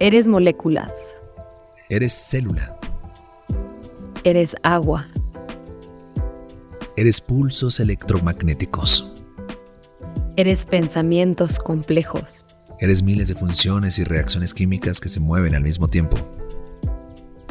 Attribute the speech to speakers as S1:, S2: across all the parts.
S1: Eres moléculas.
S2: Eres célula.
S1: Eres agua.
S2: Eres pulsos electromagnéticos.
S1: Eres pensamientos complejos.
S2: Eres miles de funciones y reacciones químicas que se mueven al mismo tiempo.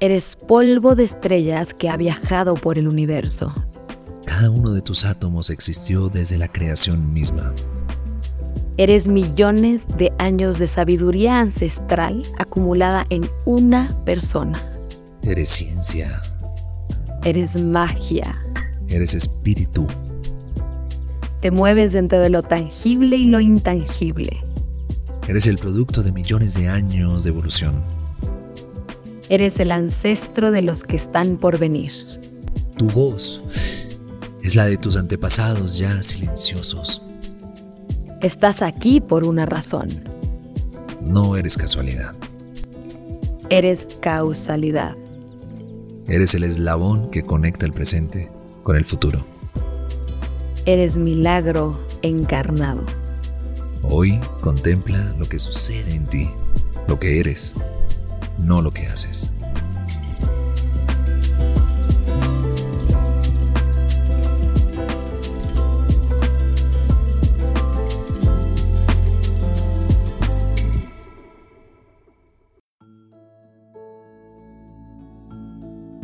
S1: Eres polvo de estrellas que ha viajado por el universo.
S2: Cada uno de tus átomos existió desde la creación misma.
S1: Eres millones de años de sabiduría ancestral acumulada en una persona.
S2: Eres ciencia.
S1: Eres magia.
S2: Eres espíritu.
S1: Te mueves dentro de lo tangible y lo intangible.
S2: Eres el producto de millones de años de evolución.
S1: Eres el ancestro de los que están por venir.
S2: Tu voz es la de tus antepasados ya silenciosos.
S1: Estás aquí por una razón.
S2: No eres casualidad.
S1: Eres causalidad.
S2: Eres el eslabón que conecta el presente con el futuro.
S1: Eres milagro encarnado.
S2: Hoy contempla lo que sucede en ti, lo que eres, no lo que haces.